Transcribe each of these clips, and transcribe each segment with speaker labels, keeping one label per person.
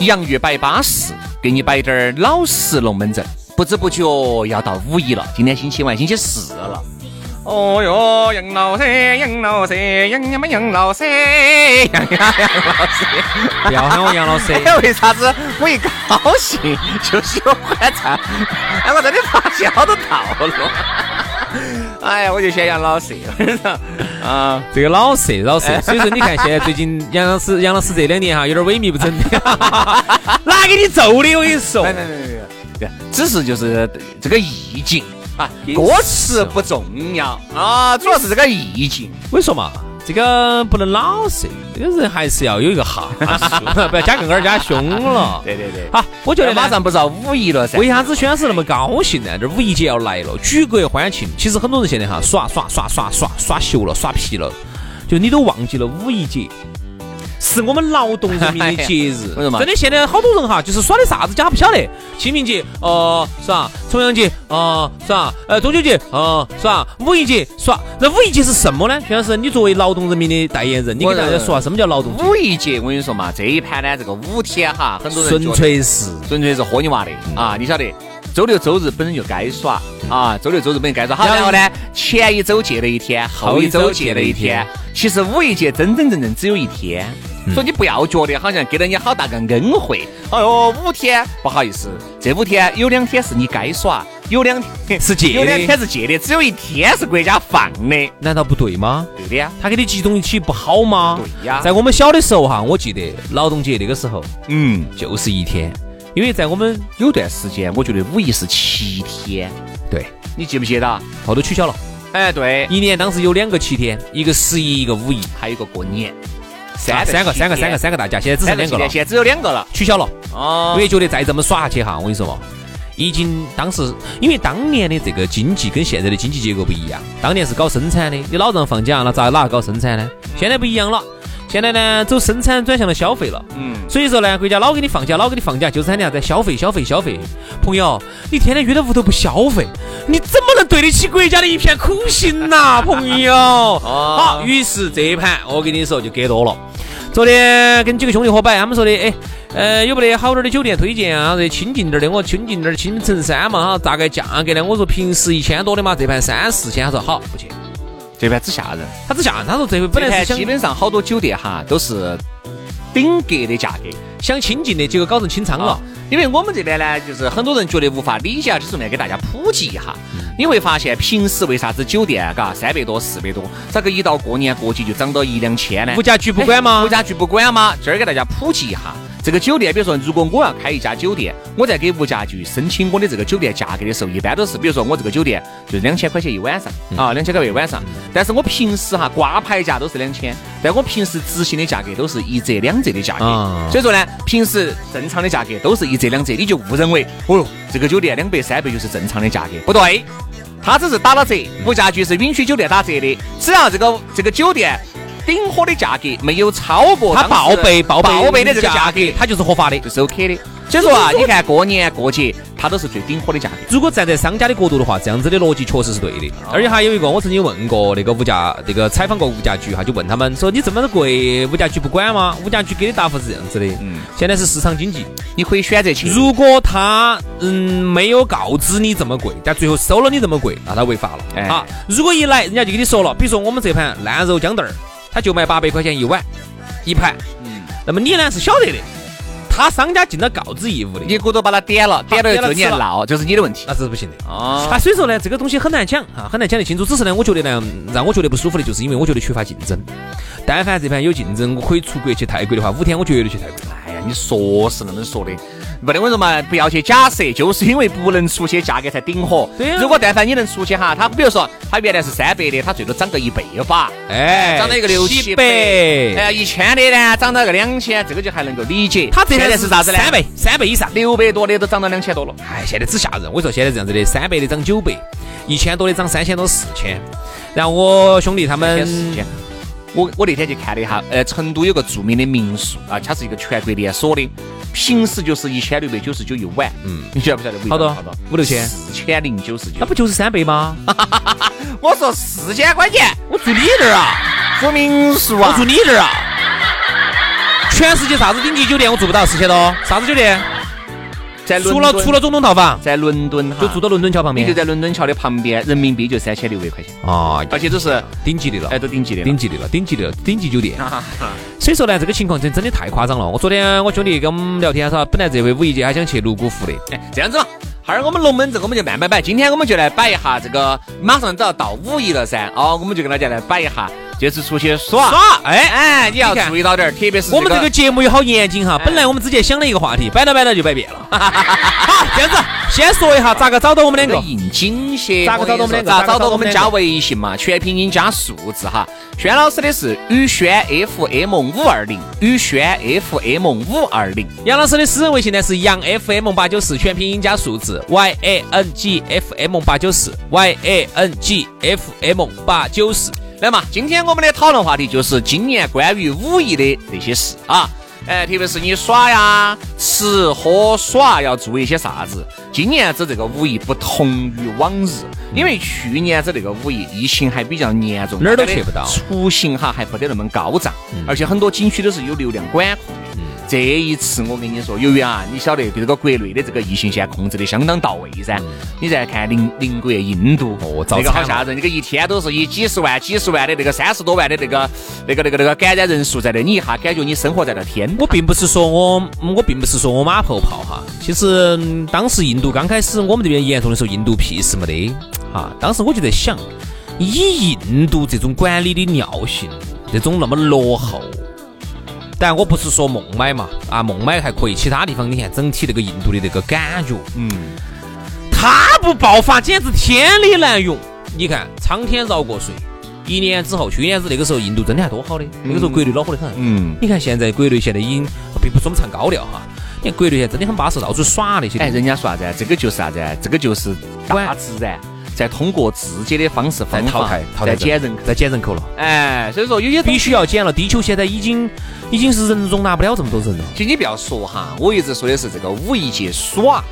Speaker 1: 洋芋摆巴适，给你摆点儿老实龙门阵。不知不觉要到五一了，今天星期完，星期四了。哦哟，杨老师，杨老师，杨什么杨老师，杨杨杨老师，
Speaker 2: 不要喊我杨老师，
Speaker 1: 哎，为啥子我一高兴就喜欢喊唱？哎，我真的发现好多套路。哎呀，我就选杨老师，啊，
Speaker 2: 这个老色老色。所以说，你看现在最近杨老师，杨老师这两年哈有点萎靡不振，哪给你揍的？我跟你说
Speaker 1: 没，没没没没，只是就是这个意境啊，歌词不重要啊，主要是这个意境。
Speaker 2: 我跟你说嘛，这个不能老色，这个人还是要有一个哈数， 不要加杠杆儿加凶了。
Speaker 1: 对对对，
Speaker 2: 好，我觉
Speaker 1: 觉
Speaker 2: 得
Speaker 1: 得
Speaker 2: 呢
Speaker 1: 哎马上不是要五一了噻？
Speaker 2: 为啥子轩老师那么高兴呢？这五一节要来了，举国欢庆。其实很多人现在哈耍耍耍耍耍耍羞了，耍皮了，就你都忘记了五一节是我们劳动人民 的节日
Speaker 1: 哎。为什么
Speaker 2: 真的，现在好多人哈，就是耍的啥子假不晓得。清明节，呃，耍；重阳节，呃，耍；呃，中秋节，呃，耍；五一节，耍。那五一节是什么呢？轩老师，你作为劳动人民的代言人，你给大家说下什么叫劳动节？
Speaker 1: 五一节，我跟你说嘛，这一盘呢，这个五天哈，很多人
Speaker 2: 纯
Speaker 1: 觉得
Speaker 2: 粹是
Speaker 1: 纯粹是喝你娃的
Speaker 2: 嗯
Speaker 1: 啊！你晓得，周六周日本身就该耍啊，周六周日本身该耍。好，
Speaker 2: 然后
Speaker 1: 然后呢，前一周借了一天，后一周借了一天
Speaker 2: 后一周借了一天。嗯
Speaker 1: 其实五一节真真正正只有一天，所以你不要觉得好像给了你好大个恩惠。哎呦，五天不好意思，这五天有两天是你该耍，有两天
Speaker 2: 是借的
Speaker 1: 有两天是借的，只有一天是国家放的，
Speaker 2: 难道不对吗？
Speaker 1: 对的呀。
Speaker 2: 他给你集中一起不好吗？
Speaker 1: 对呀
Speaker 2: 在我们小的时候哈，我记得劳动节那个时候
Speaker 1: 嗯，
Speaker 2: 就是一天，因为在我们
Speaker 1: 有段时间我觉得五一是七天，
Speaker 2: 对
Speaker 1: 你记不记得？
Speaker 2: 后头取消了，
Speaker 1: 哎，对，
Speaker 2: 一年当时有两个七天，一个十一，一个五一，
Speaker 1: 还有一个过年，
Speaker 2: 啊
Speaker 1: 三
Speaker 2: 三个
Speaker 1: 七
Speaker 2: 三个
Speaker 1: 天
Speaker 2: 三个三个大家，现在只剩
Speaker 1: 三个
Speaker 2: 两个
Speaker 1: 七
Speaker 2: 了
Speaker 1: 天，，现在只有两个了。
Speaker 2: 取消了。
Speaker 1: 哦
Speaker 2: 我也觉得再这么耍下去哈，我跟你说嘛，已经当时因为当年的这个经济跟现在的经济结构不一样，当年是搞生产的，你老让放假，那咋哪个搞生产呢？现在不一样了，现在呢走生产转向了消费了。
Speaker 1: 嗯，
Speaker 2: 所以说呢，国家老给你放假，老给你放假，就是喊你啥子消费、消费、消费。朋友，你天天约到屋头不消费，你怎么能对得起国家的一片苦心呐、朋友？好，于是这一盘我跟你说就给多了。昨天跟几个兄弟合摆，他们说的，哎，呃，有没得好点儿的酒店推荐啊？这亲近点儿的，我亲近点儿青城山嘛，哈，大概价格呢？我说平时一千多的嘛，这盘三四千，他说好，不去。
Speaker 1: 这盘只吓人。
Speaker 2: 他只下，他说这回
Speaker 1: 本
Speaker 2: 本来
Speaker 1: 来
Speaker 2: 是想
Speaker 1: 基本上好多酒店哈都是顶格的价格
Speaker 2: 想亲近的，结果搞成清仓了
Speaker 1: 啊。，因为我们这边呢，就是很多人觉得无法理解，就是顺便给大家普及一下。
Speaker 2: 嗯
Speaker 1: 你会发现，平时为啥子酒店嘎三百多、四百多，咋个一到过年过节就涨到一两千呢？
Speaker 2: 物价局不 管吗
Speaker 1: 哎物价局不管吗？这儿给大家普及一下，这个酒店，比如说，如果我要开一家酒店，我在给物价局申请我的这个酒店价格的时候，一般都是，比如说我这个酒店就是两千块钱一晚上
Speaker 2: 嗯
Speaker 1: 啊，两千块钱一晚上。但是我平时哈挂牌价都是两千，但我平时执行的价格都是一折两折的价格。
Speaker 2: 啊
Speaker 1: 所以说呢，平时正常的价格都是一折两折，你就误认为，哦哟，这个酒店两百三百就是正常的价格，不对。它只是打了折，物价局是允许酒店打折的，只要这个这个酒店顶火的价格没有超过
Speaker 2: 他
Speaker 1: 当
Speaker 2: 报
Speaker 1: 时
Speaker 2: 备报
Speaker 1: 报备的这个
Speaker 2: 价
Speaker 1: 价格，
Speaker 2: 他就是合法的。
Speaker 1: 就是 OK 的。所以说啊，你看过年过节它都是最顶火的价格。
Speaker 2: 如果站在商家的角度的话，这样子的逻辑确实是对的。
Speaker 1: 嗯
Speaker 2: 而且还有一个，我曾经问过那个物价，那个采访过物价局哈，就问他们说你这么的贵，物价局不管吗？物价局给的答复是这样子的，嗯，现在是市场经济，
Speaker 1: 你可以选择去，
Speaker 2: 如果他嗯没有告知你这么贵，但最后收了你这么贵，那他违法了、
Speaker 1: 哎
Speaker 2: 啊！如果一来人家就跟你说了，比如说我们这盘烂肉姜蛋儿，他就卖八百块钱一碗一盘，
Speaker 1: 嗯
Speaker 2: 那么你呢是晓得的，他商家尽到告知义务的，
Speaker 1: 你骨头把它点了，点了又
Speaker 2: 点了
Speaker 1: 后你还
Speaker 2: 吃了
Speaker 1: 闹，这是你的问题。
Speaker 2: 那是不行的。
Speaker 1: 哦
Speaker 2: 啊，所以说呢，这个东西很难讲啊，很难讲得清楚。只是呢，我觉得呢，让我觉得不舒服的就是因为我觉得缺乏竞争。但凡这盘有竞争，我可以出国去泰国的话，五天我绝对去泰国。
Speaker 1: 哎呀，你说是那么说的，不得我跟你说嘛，不要去假设，就是因为不能出去，价格才顶火。
Speaker 2: 对啊呀
Speaker 1: 如果但凡你能出去哈，它比如说它原来是三百的，它最多涨个一倍吧，
Speaker 2: 哎，
Speaker 1: 啊涨到一个六七
Speaker 2: 百，
Speaker 1: 哎，一千的呢涨到个两千，这个就还能够理解。
Speaker 2: 他这
Speaker 1: 现
Speaker 2: 盘
Speaker 1: 在是啥子呢？
Speaker 2: 三，倍，三倍以上。
Speaker 1: 六百多的都涨到两千多了。
Speaker 2: 哎，现在只吓人。我说现在这样子的，三百的涨九百，一千多的涨三千多四千。然后我兄弟他们
Speaker 1: 天时间。我我那天去看了一下，呃，成都有个著名的民宿啊，它是一个全国连锁的，平时就是一千六百九十九一晚，嗯，你晓不晓得？
Speaker 2: 好多
Speaker 1: 好多，
Speaker 2: 五六千
Speaker 1: 四千零九十
Speaker 2: 那
Speaker 1: 九。
Speaker 2: 不就是三倍吗？
Speaker 1: 我说四千块钱，
Speaker 2: 啊我住你这儿啊，
Speaker 1: 住民宿
Speaker 2: 我
Speaker 1: 啊
Speaker 2: 住，你这儿啊。全世界啥子顶级酒店我住不到四千多，啥子酒店？
Speaker 1: 在伦
Speaker 2: 除了
Speaker 1: 敦，
Speaker 2: 除了总统套房，
Speaker 1: 在伦敦哈，
Speaker 2: 就住到伦敦桥旁
Speaker 1: 你
Speaker 2: 边
Speaker 1: 就。在伦敦桥的旁边，人民币就三千六百块钱，
Speaker 2: 啊，
Speaker 1: 而且都是
Speaker 2: 顶级的了
Speaker 1: 哎，都顶级的了
Speaker 2: 顶。级的了，顶级的了，顶级酒店。所以说呢，这个情况真真的太夸张了。我昨天我兄弟跟我们聊天，他说本来这回五一节还想去泸沽湖的，
Speaker 1: 哎，这样子嘛，哈儿我们龙门阵我们就慢慢摆，今天我们就来摆一下这个，马上都要到五一了噻，哦，我们就跟大家来摆一下，这次出去耍
Speaker 2: 耍哎
Speaker 1: 哎，你要
Speaker 2: 你看
Speaker 1: 注意到点儿，特别是
Speaker 2: 我们这个节目也好严谨
Speaker 1: 哎
Speaker 2: 哈，本来我们之前想了一个话题，摆到摆到就摆变了。 好，这样子，先说一下咋个找到我们
Speaker 1: 这
Speaker 2: 两
Speaker 1: 个
Speaker 2: 个。
Speaker 1: 应景些，
Speaker 2: 咋个找到我们两个
Speaker 1: 咋
Speaker 2: 咋个
Speaker 1: 找到
Speaker 2: 找到
Speaker 1: 我
Speaker 2: 我
Speaker 1: 们
Speaker 2: 们
Speaker 1: 加
Speaker 2: 两个
Speaker 1: 微信嘛，全拼音加数字哈。轩老师的是宇轩 FM 五二零，宇轩 FM 五二零。
Speaker 2: 杨老师的私人微信呢是杨 FM 八九四，全拼音加数字 Y A N G F M 八九四 Y A N G F M 八九四。
Speaker 1: 来嘛，今天我们的讨论话题就是今年关于五一的那些事啊，哎，特别是你耍呀、吃喝耍要注意些啥子。今年子这个五一不同于往日，因为去年子这个五一疫情还比较严重，
Speaker 2: 嗯哪儿都去不到嗯
Speaker 1: 出行哈还不得那么高涨，而且很多景区都是有流量管控的。这一次我跟你说，由于啊，你晓得这个国内的这个疫情现在控制的相当到位噻，你再看邻邻国印度，
Speaker 2: 嗯哦遭
Speaker 1: 那个好
Speaker 2: 惨
Speaker 1: 吓
Speaker 2: 了
Speaker 1: 人，那个一天都是以几十万、几十万的那个三十多万的那个那个那个那个感染人数在那，你一下感觉你生活在了天堂。
Speaker 2: 我并不是说我，我并不是说我马后炮哈。其实、嗯当时印度刚开始我们这边严重的时候，印度屁事没得哈。当时我就在想，以印度这种管理的尿性，这种那么落后，但我不是说孟买嘛，啊，孟买还可以，其他地方你看整体这个印度的这个感觉，嗯，它不爆发简直天理难容。你看，苍天饶过谁？一年之后，去年子那个时候，印度真的还多好的，那个时候国内恼火得很。
Speaker 1: 嗯，
Speaker 2: 你看现在国内现在已经，并不是我们唱高调哈，你看国内现在真的很巴适，到处耍那些。
Speaker 1: 哎，，人家说啥子啊？这个就是啥子啊？这个就是大自然在通过自己的方式
Speaker 2: 在
Speaker 1: 方
Speaker 2: 淘
Speaker 1: 法
Speaker 2: 汰，淘
Speaker 1: 在
Speaker 2: 汰人
Speaker 1: 减人口。
Speaker 2: 在减人口了，
Speaker 1: 哎，所以说有些东
Speaker 2: 必
Speaker 1: 西
Speaker 2: 须要减了。地球现在已经已经是人容纳不了这么多人了。
Speaker 1: 其实你不要说哈，我一直说的是这个五一节耍，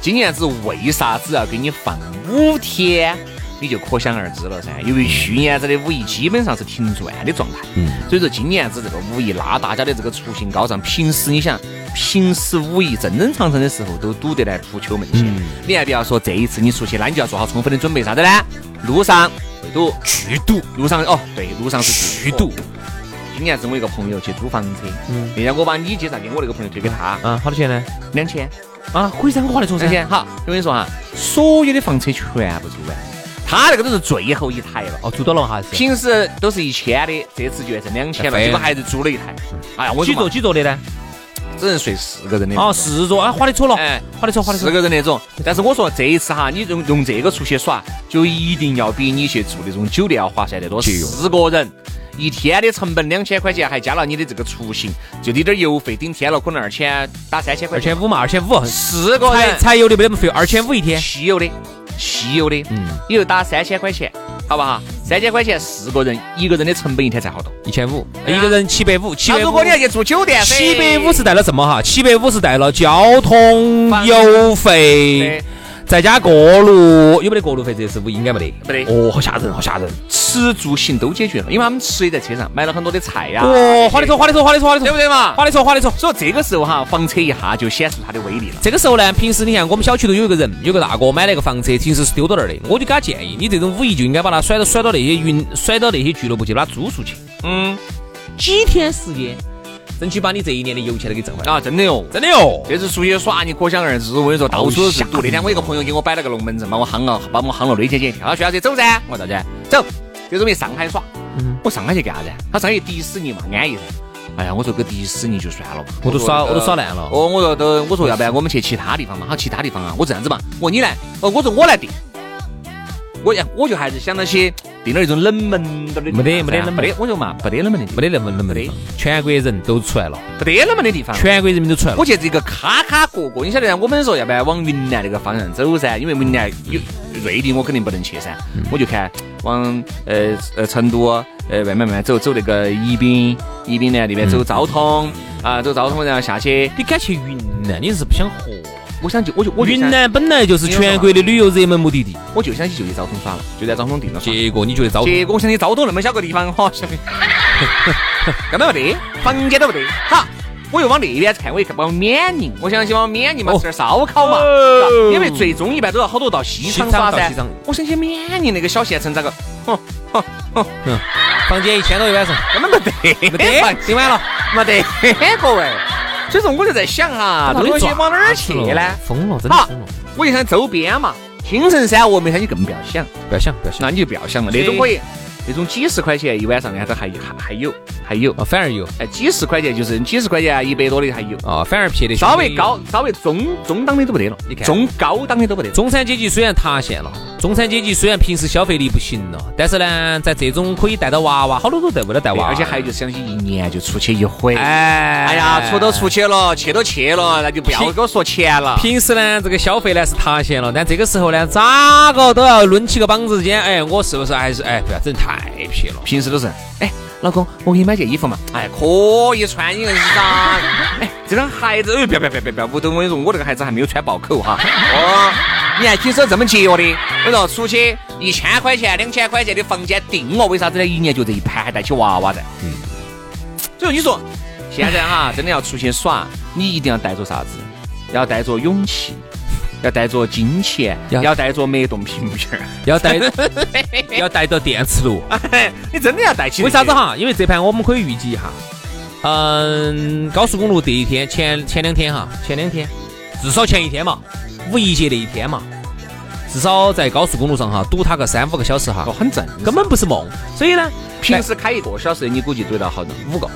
Speaker 1: 今年子为啥子要给你放五天？你就可想而知了噻，因为去年子的五一基本上是停转的状态，嗯，所以说今年子这个五一，那大家的这个出行高涨，平时你想，平时五一正正常常的时候都堵得来扑球门
Speaker 2: 嗯
Speaker 1: 线，你还不要说这一次你出去，那你就要做好充分的准备，啥子呢？路上会堵，
Speaker 2: 巨堵，
Speaker 1: 路上哦，对，路上是
Speaker 2: 巨堵。
Speaker 1: 今年子我一个朋友去租房车，那天我把你介绍给我那个朋友推给他，
Speaker 2: 啊！好多钱呢？
Speaker 1: 嗯两千，
Speaker 2: 啊，可以噻，我花来说
Speaker 1: 两
Speaker 2: 噻。
Speaker 1: 千。好，我跟你说哈，所有的房车全部租完，他那个都是最后一台了。
Speaker 2: 哦，租到了嘛还是？
Speaker 1: 平时都是一千的，这次就剩两千了，
Speaker 2: 哎
Speaker 1: 结果还是租了一台。哎呀，我
Speaker 2: 几
Speaker 1: 就
Speaker 2: 座几座的呢？
Speaker 1: 只能睡四个人的。
Speaker 2: 哦，四座啊，花的错了，
Speaker 1: 哎
Speaker 2: 花的错，花的
Speaker 1: 四
Speaker 2: 错。
Speaker 1: 个人那种，但是我说这一次哈，你用用这个出去耍，就一定要比你去住那种酒店要划算得多。四个人，一天的成本两千块钱，还加了你的这个出行，就你点儿油费顶天了，可能二千打三千块
Speaker 2: 二
Speaker 1: 钱。
Speaker 2: 千五嘛，二千五，
Speaker 1: 四个
Speaker 2: 柴
Speaker 1: 人，
Speaker 2: 柴油的没得那么费，二千五一天。
Speaker 1: 汽油的，汽油的，嗯，你就打三千块钱，好不好？三千块钱四个人，一个人的成本一天才好多。
Speaker 2: 一千五，一个人七百五，七
Speaker 1: 那
Speaker 2: 百
Speaker 1: 如
Speaker 2: 五
Speaker 1: 果。你要去住酒店，
Speaker 2: 七百五是带了什么哈？七百五是带了交通、
Speaker 1: 房
Speaker 2: 油费
Speaker 1: 对，
Speaker 2: 再加过路，有没得过路费？这次不应该没得。
Speaker 1: 没得
Speaker 2: 哦，好吓人，好吓人。
Speaker 1: 吃住行都解决了，因为他们吃的在车上，买了很多的菜呀、
Speaker 2: 哦，花的说，花的说，花的说，花
Speaker 1: 啊
Speaker 2: 的
Speaker 1: 对不
Speaker 2: 说，
Speaker 1: 对嘛？
Speaker 2: 花的说，花的说。
Speaker 1: 所以这个时候哈，房车一下就显出它的威力了。
Speaker 2: 这个时候呢，平时你看我们小区头有一个人，有个大哥买了一个房车，平时是丢到那儿的。我就给他建议，你这种五一就应该把它甩到甩到那些云，甩到那些俱乐部去，把它租出去，嗯
Speaker 1: 嗯，
Speaker 2: 几天时间，争取把你这一年的油钱都给挣回来。
Speaker 1: 啊，真的哟。
Speaker 2: 真的哟，
Speaker 1: 这次出去耍，你可想而知。我跟你说，到处都是
Speaker 2: 好吓人
Speaker 1: 堵。那天我一个朋友给我摆了个龙门阵，把我夯了，把我夯了。那天姐，他说要去走噻，我说啥子？走，这周去上海耍。
Speaker 2: 嗯
Speaker 1: 我上海去干啥子？他上海去迪士尼嘛，安逸噻。哎呀，我说个迪士尼就算了吧，
Speaker 2: 我都耍
Speaker 1: 说
Speaker 2: 我都耍烂了
Speaker 1: 哦，我说都，我说要不然我们去其他地方嘛？好，其他地方啊，我这样子嘛，我说你来，哦，我说我来定。我呀，我就还是想那些定了那种冷门点儿的地方噻，
Speaker 2: 没得没得冷门
Speaker 1: 没得，我就嘛，没得冷门的地方，
Speaker 2: 没得那么那么的
Speaker 1: 没得，
Speaker 2: 全国人都出来了，
Speaker 1: 没得冷门的地方。
Speaker 2: 全国人民都出来了
Speaker 1: 我。觉得这个卡卡角角，你晓得噻，我们说要不然往云南那个方向走噻，因为云南有瑞丽，我肯定不能去噻，我就看往呃呃成都呃慢慢慢慢走，走那个宜宾，宜宾呢那边走昭通啊，走昭通然后下去，
Speaker 2: 你敢去云南？你是不想活？
Speaker 1: 我想就我就我就
Speaker 2: 云
Speaker 1: 想，
Speaker 2: 南本来就是全国的旅游热门目的地，
Speaker 1: 我就想去就去昭通耍了，就在昭通定了耍。
Speaker 2: 结果你觉得糟？
Speaker 1: 结果我想去昭通那么小个地方，好， 想去根本没得，房间都没得，好。我又往那边看，我一看往缅宁，我想去往缅宁嘛
Speaker 2: 哦
Speaker 1: 吃点烧烤嘛，是吧因为最终一般都要好多到西昌耍
Speaker 2: 西昌到
Speaker 1: 噻
Speaker 2: 西昌。
Speaker 1: 我想去缅宁那个小县城，咋
Speaker 2: 哦
Speaker 1: 个
Speaker 2: 嗯，房间一千多一晚上，
Speaker 1: 根本没得
Speaker 2: 没得，订完了。
Speaker 1: 没得，各 位。所以说我就在想啊，这个东西往哪儿去呢？
Speaker 2: 疯了，真的
Speaker 1: 好
Speaker 2: 疯了！，
Speaker 1: 我就想周边嘛，青城山、峨眉山你更不要想，
Speaker 2: 不要想，不要想
Speaker 1: 那你就不要想了，那种可以，那种几十块钱一晚上的都还还还有还有，
Speaker 2: 啊，反而有
Speaker 1: 哎，几十块钱就是几十块钱啊，一百多的还有，
Speaker 2: 啊，反而撇得
Speaker 1: 稍微高、稍微中中档的都不得了，
Speaker 2: 你看
Speaker 1: 中高档的都不得了。
Speaker 2: 中产阶级虽然塌陷了，中产阶级虽然平时消费力不行了，但是呢，在这种可以带到娃娃，好多都带不了带娃娃，
Speaker 1: 而且还有就是想起一年就出去一回，哎
Speaker 2: 哎
Speaker 1: 呀，出都出去了，去都去了，那就不要
Speaker 2: 平
Speaker 1: 跟我说钱了。
Speaker 2: 平时呢，这个消费呢是塌陷了，但这个时候呢，咋个都要抡起个膀子间，哎，我是不是还是哎，不要整太撇了。
Speaker 1: 平时都是，哎，老公，我给你买件衣服嘛，哎，可以穿，你硬啥？哎，这双鞋子，哎，不要不要不要不要不要，屋头我跟你说，我这个鞋子还没有穿爆口哈。哦，你看平时都这么节约的，我说出去一千块钱、两千块钱的房间定了，为啥子呢？一年就这一盘，还带起娃娃在。嗯，所以你说，现在哈，真的要出去耍，你一定要带着啥子？要带着勇气。要带着金钱，
Speaker 2: 要
Speaker 1: 要带着脉动平衡，
Speaker 2: 要带要带到电磁炉，
Speaker 1: 你真的要带起。
Speaker 2: 为啥子？哈？因为这盘我们可以预计一下，嗯，高速公路第一天前前两天哈，前两天至少前一天嘛，五一节那一天嘛，至少在高速公路上哈堵它个三五个小时哈
Speaker 1: 哦，，很正，
Speaker 2: 根本不是梦。所以呢，
Speaker 1: 平时开一个小时，你估计怼到好多五个。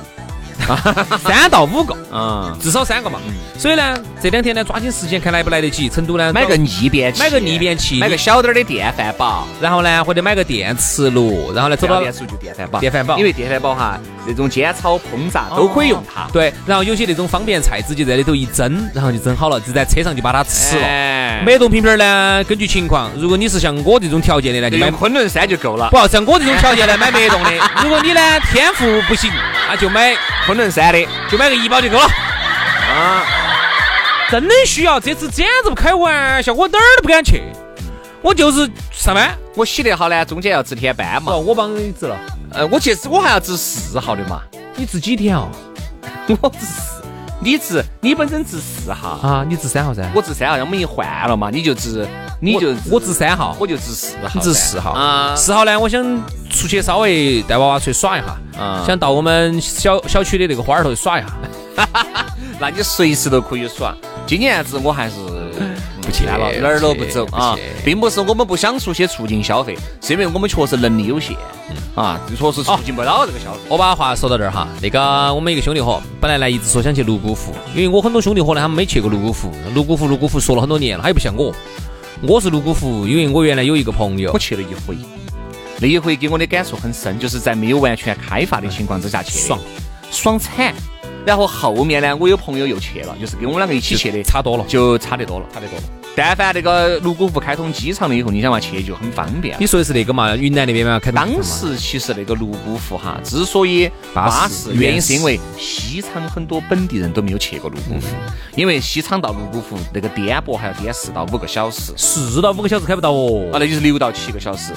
Speaker 2: 三到五个，
Speaker 1: 啊，
Speaker 2: 至少三个嘛。所以呢，这两天呢，抓紧时间看来不来得及。成都呢，
Speaker 1: 买个逆变器，
Speaker 2: 买个逆变器
Speaker 1: 买个小点儿的电饭煲，
Speaker 2: 然后呢，或者买个电磁炉，然后呢走
Speaker 1: 不要
Speaker 2: 到
Speaker 1: 电视剧电饭煲，哦
Speaker 2: 电饭煲
Speaker 1: 因为电饭煲哈，那种煎炒烹炸都可以用它。
Speaker 2: 对，然后有些那种方便菜，直接在里头一蒸，然后就蒸好了，就在车上就把它吃了。
Speaker 1: 哎
Speaker 2: 脉动平平儿呢，根据情况，如果你是像我这种条件的呢，就
Speaker 1: 就
Speaker 2: 买
Speaker 1: 用昆仑山就够了，
Speaker 2: 不像我这种条件呢买脉动 的。如果你呢天赋不行，啊就买
Speaker 1: 昆仑山的
Speaker 2: 就买个怡宝就够了。
Speaker 1: 啊，
Speaker 2: 真的需要，这次简直不开玩笑，我哪儿都不敢去，我就是上班。
Speaker 1: 我洗得好呢，中间要值天班嘛
Speaker 2: 哦，。我帮你值了，
Speaker 1: 呃，我其实我还要值四号的嘛，
Speaker 2: 你值几天哦？
Speaker 1: 我值四，你值你本身值四号，
Speaker 2: 啊，你值三号噻。
Speaker 1: 我值三号，要么一换了嘛，你就值你就值
Speaker 2: 我值三号，
Speaker 1: 我就值四号噻，
Speaker 2: 你值四号
Speaker 1: 啊，
Speaker 2: 四号呢，我想出去稍微带娃娃出去耍一下，
Speaker 1: 啊
Speaker 2: 想到我们小小区的那个花儿头去耍一下。
Speaker 1: 那你随时都可以耍。今年子我还是不去了，哪儿都不走
Speaker 2: 不去
Speaker 1: 啊
Speaker 2: 不去，
Speaker 1: 并不是我们不想出去促进消费，是因为我们确实能力有限啊，确实促进不了这个消费。
Speaker 2: 我把话说到这儿哈，那个我们一个兄弟伙，本来呢一直说想去泸沽湖，因为我很多兄弟伙呢，他们没去过泸沽湖，泸沽湖泸沽湖说了很多年了，他又不像我，我是泸沽湖，因为我原来有一个朋友
Speaker 1: 我，去了一回，那一回给我的感受很深，就是在没有完全开发的情况之下去的，
Speaker 2: 爽
Speaker 1: 嗯爽惨。然后后面呢，我有朋友又去了，就是跟我们两个一起去的，
Speaker 2: 差多了，
Speaker 1: 就差得多了，差得多了。但凡那个泸沽湖开通机场了以后，你想嘛，去就很方便。
Speaker 2: 你说的是那个嘛？云南那边嘛，开
Speaker 1: 当时其实那个泸沽湖哈，之所以巴适，原因是因为西昌很多本地人都没有去过泸沽湖，因为西昌到泸沽湖那个颠簸还要颠四到五个小时，
Speaker 2: 四到五个小时开不到哦
Speaker 1: 啊，。那就是六到七个小时，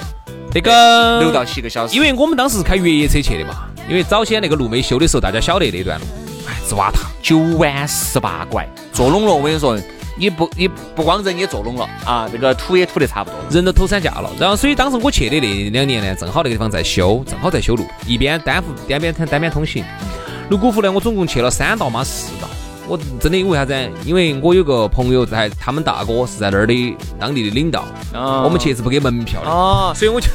Speaker 2: 那个
Speaker 1: 六到七个小时。
Speaker 2: 因为我们当时是开越野车去的嘛，因为早先那个路没修的时候，大家晓得那段路，哎，直瓦塔。
Speaker 1: 九弯十八拐，坐拢了。我跟你说，你不你不光人也坐拢了啊，这个土也土得差不多了。
Speaker 2: 人都头散架了。然后，所以当时我去的那两年呢，正好那个地方在修，正好在修路，一边单幅单边单边通行。泸沽湖呢，我总共去了三道嘛四道。我真的因为啥子？因为我有个朋友在，他们大哥是在那儿的当地的领导，
Speaker 1: 哦
Speaker 2: 我们去是不给门票的，
Speaker 1: 哦，
Speaker 2: 所以我就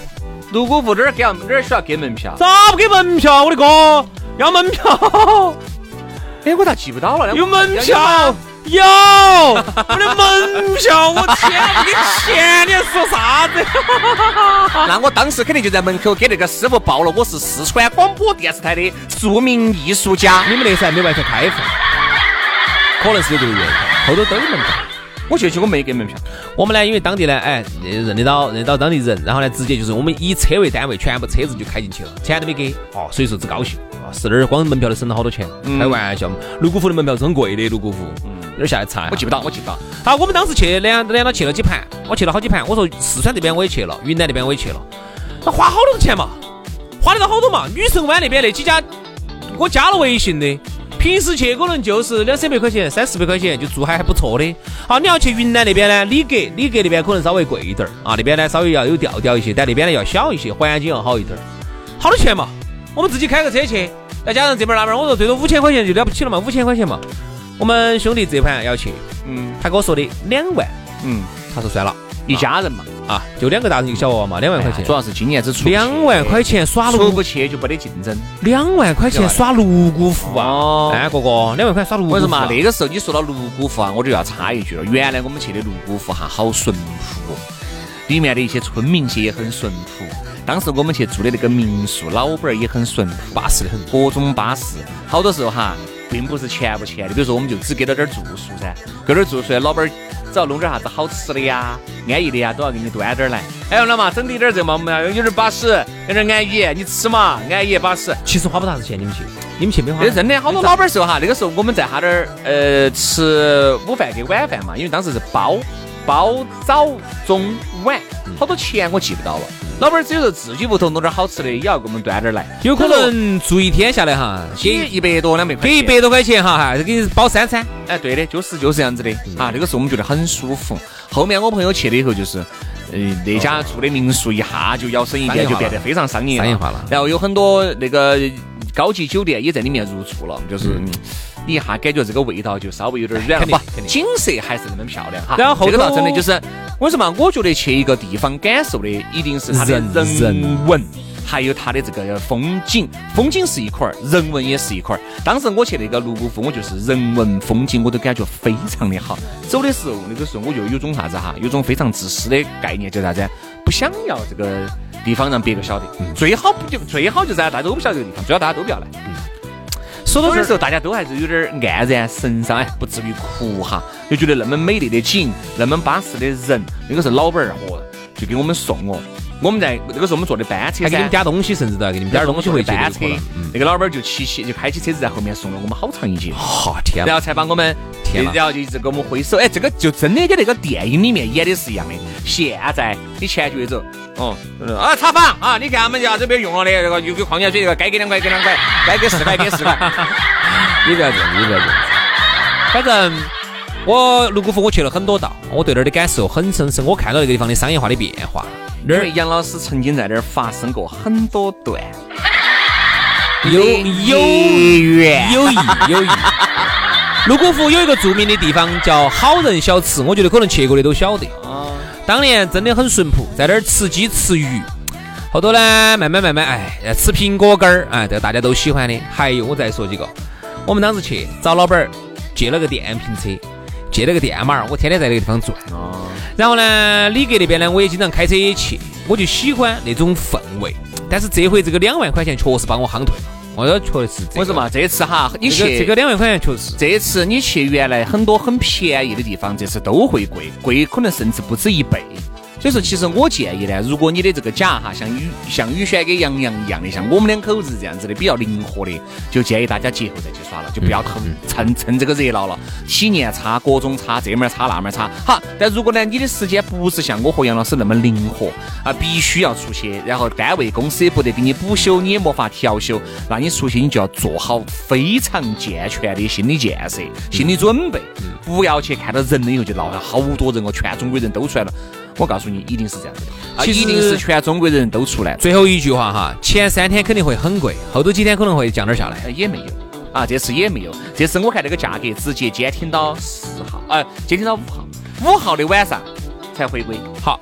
Speaker 1: 泸沽湖哪儿给要哪儿需要给门票？
Speaker 2: 咋不给门票？我的哥，要门票，
Speaker 1: 哎，我咋记不到了？
Speaker 2: 有门
Speaker 1: 要
Speaker 2: 票
Speaker 1: 吗。
Speaker 2: 有，我的门票，我天，我给钱，你还说啥子？
Speaker 1: 那我当时肯定就在门口给那个师傅报了，我是四川广播电视台的著名艺术家。
Speaker 2: 你们那时候还没完全开放，可能是有这个原因，后头都有门票。
Speaker 1: 我就去，我没给门票。
Speaker 2: 我们呢，因为当地呢，哎，认得到认得到当地人，然后呢，直接就是我们以车为单位，全部车子就开进去了，钱都没给，哦，所以说只高兴啊，是那儿光门票都省了好多钱，开玩笑嘛。泸沽湖的门票是很贵的，泸沽湖，那儿下来啊查一下
Speaker 1: 嗯我记不到，我记不到。
Speaker 2: 好，我们当时去两两到去了几盘，我去了好几盘。我说四川这边我也去了，云南那边我也去了，那花好多钱嘛，花得到好多嘛。女神湾那边那几家，我加了微信的，平时去可能就是两三百块钱、三四百块钱就住还还不错的。好，你要去云南那边呢，里格里格那边可能稍微贵一点儿啊，那边呢稍微要有调调一些，但那边呢要小一些，环境要好一点儿。好多钱嘛，我们自己开个车去，再加上这边儿那边儿，我说最多五千块钱就了不起了嘛，五千块钱嘛。我们兄弟这盘要去，
Speaker 1: 嗯
Speaker 2: 他跟我说的两万，
Speaker 1: 嗯，
Speaker 2: 他说算了
Speaker 1: 一家人嘛，
Speaker 2: 啊，就两个大人一个小娃娃嘛，两万块钱
Speaker 1: 主，要是今年子出不去
Speaker 2: 两万块，钱耍
Speaker 1: 出
Speaker 2: 泸，
Speaker 1: 不去就没得竞争。
Speaker 2: 两万块钱耍泸沽湖啊！
Speaker 1: 哦
Speaker 2: 哎，哥哥，两万块耍泸沽湖
Speaker 1: 我
Speaker 2: 啊，
Speaker 1: 说嘛，那个时候你说到泸沽湖啊，我就要插一句了。原来我们去的泸沽湖哈，好淳朴，里面的一些村民些也很淳朴。当时我们去住的那个民宿，老板儿也很淳朴，
Speaker 2: 巴适的很。
Speaker 1: 各种巴适。好多时候哈，并不是钱不钱的，比如说我们就只给到点儿住宿噻，给点儿住宿，哎老板儿只要弄点儿啥子好吃的呀、安逸的呀，都要给你端点儿来。哎，老嘛，整理点儿这嘛，我们要有点儿巴适，有点儿安逸，你吃嘛，安逸巴适。
Speaker 2: 其实花不啥子钱，你们去，你们去没花
Speaker 1: 那？真的好多老板儿说哈，那个时候我们在他那儿呃吃午饭跟晚饭嘛，因为当时是包包早中晚，
Speaker 2: 嗯
Speaker 1: 好多钱我记不到了。老板儿只有时候自己屋头弄点儿好吃的，也要给我们端点儿来，
Speaker 2: 有可能住一天下来哈，
Speaker 1: 给
Speaker 2: 给
Speaker 1: 一百多两百块
Speaker 2: 给一
Speaker 1: 钱。
Speaker 2: 百多块钱哈，还给你包三餐。
Speaker 1: 哎，对的，就是就是这样子的
Speaker 2: 嗯
Speaker 1: 啊。那个时候我们觉得很舒服。后面我朋友去了以后，就是，呃，那
Speaker 2: 哦
Speaker 1: 家住的民宿一下就摇身一变，就变得非常商业
Speaker 2: 商业化了
Speaker 1: 然后有很多那个高级酒店也在里面入住了，就是。你一下感觉这个味道就稍微有点软了
Speaker 2: 嗯哎肯定
Speaker 1: 吧
Speaker 2: 肯？定
Speaker 1: 景色还是那么漂亮哈。
Speaker 2: 然后后
Speaker 1: 这个倒
Speaker 2: 头
Speaker 1: 真的就是，我说嘛，我觉得去一个地方感受的一定是它的
Speaker 2: 人
Speaker 1: 人文，还有它的这个风景，风景是一块儿，人文也是一块儿。当时我去那个泸沽湖，我就是人文风景我都感觉非常的好。走的时候，那个时候我就有种啥子哈，有种非常自私的概念，叫啥子？不想要这个地方让别个晓得，
Speaker 2: 嗯
Speaker 1: 最好不就最好就是大家都不晓得这个地方，最好大家都不要来。
Speaker 2: 说
Speaker 1: 走
Speaker 2: 到这
Speaker 1: 的时
Speaker 2: 儿，
Speaker 1: 候，大家都还是有点儿黯然神伤，哎，不至于哭哈，就觉得那么美丽的景，那么巴适的人，那个时候老板儿哦，就给我们送哦。我们在那个时候我们坐的班车
Speaker 2: 还给
Speaker 1: 噻
Speaker 2: 你们，点东西，甚至都要给你们点东西回去。
Speaker 1: 班车
Speaker 2: 这个可嗯能，
Speaker 1: 那个老板儿就骑起就开起车子在后面送了我们好长一截，
Speaker 2: 好天啊
Speaker 1: 然后
Speaker 2: 哪！
Speaker 1: 才把我们，
Speaker 2: 哦天哪
Speaker 1: 然后就一直给我们挥手，哎，这个就真的跟那个电影里面演的是一样的。现在你前脚一走，哦，啊，查房啊，你看我们家这边用了的这个有个矿泉水，这个该给两块给两块，该给四块给四块。
Speaker 2: 你不要这样，你不要这样。 反正我泸沽湖我去了很多道，我对那儿的感受很深深。我看到那个地方的商业化的变化，那
Speaker 1: 因
Speaker 2: 儿
Speaker 1: 为杨老师曾经在这儿发生过很多段
Speaker 2: 有有
Speaker 1: 孽缘，
Speaker 2: 有意有 意。泸沽湖有一个著名的地方叫好人小吃，我觉得可能去过的都晓得。当年真的很淳朴，在那儿吃鸡吃鱼，后头呢慢慢慢慢，哎，吃苹果干儿，哎，这个大家都喜欢的。还有我再说几个，我们当时去找老板儿借了个电瓶车，借了个电马儿，我天天在那个地方转。
Speaker 1: 哦
Speaker 2: 然后呢，里格那边呢，我也经常开车也去，我就喜欢那种氛围。但是这回这个两万块钱确实把我夯退了。我要确实这个
Speaker 1: 我说嘛，这次哈，你
Speaker 2: 这个
Speaker 1: 去
Speaker 2: 这个两万块钱确实
Speaker 1: 这次你去原来很多很便宜的地方，这次都会贵，贵可能甚至不止一倍。所以说，其实我建议呢，如果你的这个假哈，像雨像雨轩跟杨洋一样的，像我们两口子这样子的，比较灵活的，就建议大家节后再去耍了，就不要蹭
Speaker 2: 嗯
Speaker 1: 蹭蹭这个热闹了，喜年差各种差，这门儿差那门儿差。好，但如果呢，你的时间不是像我和杨老师那么灵活啊，必须要出去，然后单位公司也不得给你补休，你也没法调休，那你出去你就要做好非常健全的心理建设、心理准备，不要去看到人了以后就闹了好多人哦，全中国人都出来了。我告诉你，一定是这样子的，啊，
Speaker 2: 其实
Speaker 1: 一定是全中国人都出来了，
Speaker 2: 最后一句话哈，前三天肯定会很贵，后头几天可能会降点儿下来。
Speaker 1: 哎也没有。啊，这次也没有，这次我看这个价格直接监听到四号，呃，监听到五号，五号的晚上才回归，
Speaker 2: 好，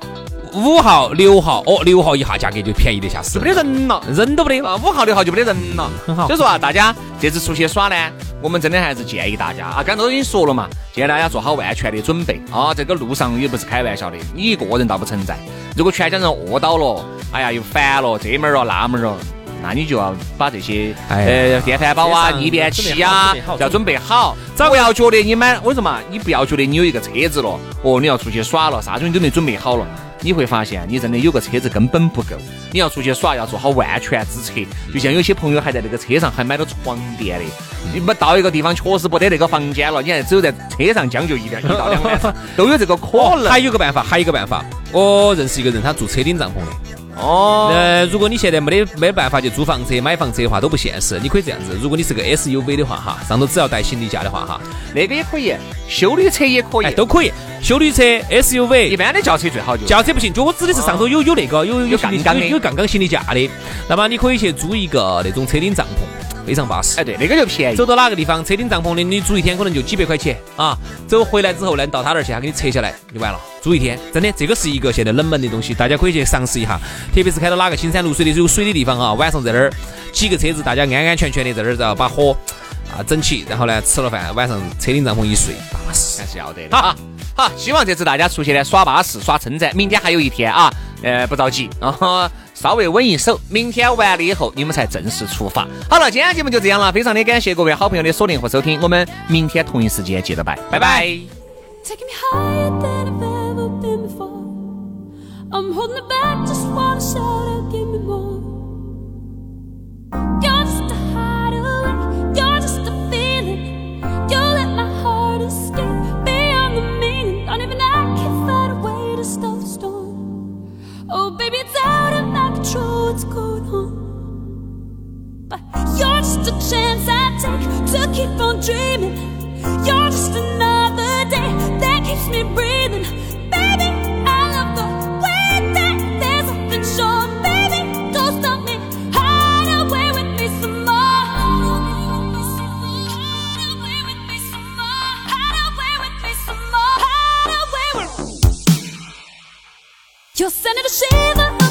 Speaker 2: 五号、六号，哦，六号一下价格就便宜得吓死
Speaker 1: 就没
Speaker 2: 人，
Speaker 1: 得人了。
Speaker 2: 人都不得了。
Speaker 1: 啊，五号六号就没得人了，
Speaker 2: 很好
Speaker 1: 所以说啊，大家这次出去耍呢，我们真的还是建议大家啊，刚才都已经说了嘛，建议大家做好万全的准备啊。这个路上也不是开玩笑的，你一个人倒不存在，如果全家人饿到了，哎呀又烦了，这门儿了那门儿了。那你就要把这些
Speaker 2: 哎呀
Speaker 1: 呃电饭煲啊、
Speaker 2: 车上
Speaker 1: 逆变器啊
Speaker 2: 准备好准备嗯好，
Speaker 1: 要准备好。不要觉得你买，我说嘛，你不要觉得你有一个车子了，哦，你要出去耍了，啥东西都没准备好了，你会发现你真的有个车子根本不够。你要出去耍，要做好万全之策。就像有些朋友还在那个车上还买了床垫的，你们到一个地方确实不得那个房间了，你还只有在车上将就一两一到两晚上， 都有这个可
Speaker 2: 哦，
Speaker 1: 能。
Speaker 2: 还有个办法，还有一个办法，我认识一个人，他住车顶帐篷的。
Speaker 1: 哦，
Speaker 2: 呃，如果你现在没得没办法去租房车、买房车的话，都不现实。你可以这样子，如果你是个 SUV 的话哈，上头只要带行李架的话哈，
Speaker 1: 那个也可以，修理车也可
Speaker 2: 哎，
Speaker 1: 以，
Speaker 2: 都可以。修理车、
Speaker 1: 一
Speaker 2: SUV、
Speaker 1: 般的轿车最好就
Speaker 2: 轿车不行，就我指的是上头有有那个有
Speaker 1: 有
Speaker 2: 行李
Speaker 1: 杠杠的
Speaker 2: 有有杠杠行李架的。那么你可以去租一个那种车顶帐篷，非常巴适
Speaker 1: 哎。对，那个就便宜
Speaker 2: 走。到哪个地方，车顶帐篷的，你租一天可能就几百块钱啊。走回来之后呢，到他那儿去，他给你拆下来就完了，租一天。真的，这个是一个现在冷门的东西，大家可以去尝试一下。特别是开到哪个青山绿水的有水的地方啊，晚上在那儿几个车子，大家安安全全的在那儿，然后把火啊整齐，然后呢吃了饭，晚上车顶帐篷一睡，巴适
Speaker 1: 还。是要得的啊。好，希望这次大家出去呢耍巴适、耍称赞，明天还有一天啊，呃，不着急，然后稍微稳一手，明天完了以后你们才正式出发。好了，今天节目就这样了，非常的感谢各位好朋友的锁定和收听，我们明天同一时间接着拜，拜拜
Speaker 3: taking me higher than I've ever been before. I'm holding it back, just wanna shout out, give me more. You're just a hideaway, you're just a feeling. You let my heart escape beyond the meaning. Don't even I can find a way to stop the storm. Oh, baby, it's out of my control, what's going on? But you're just a chance I take to keep on dreaming. You're just another day that keeps me breathing. Baby, I love the way that there's nothing sure. Baby, don't stop me. Hide away with me some more. Hide away with me some more. Hide away with me some more. Hide away with You'll send it a shiver. Oh, Oh, Oh,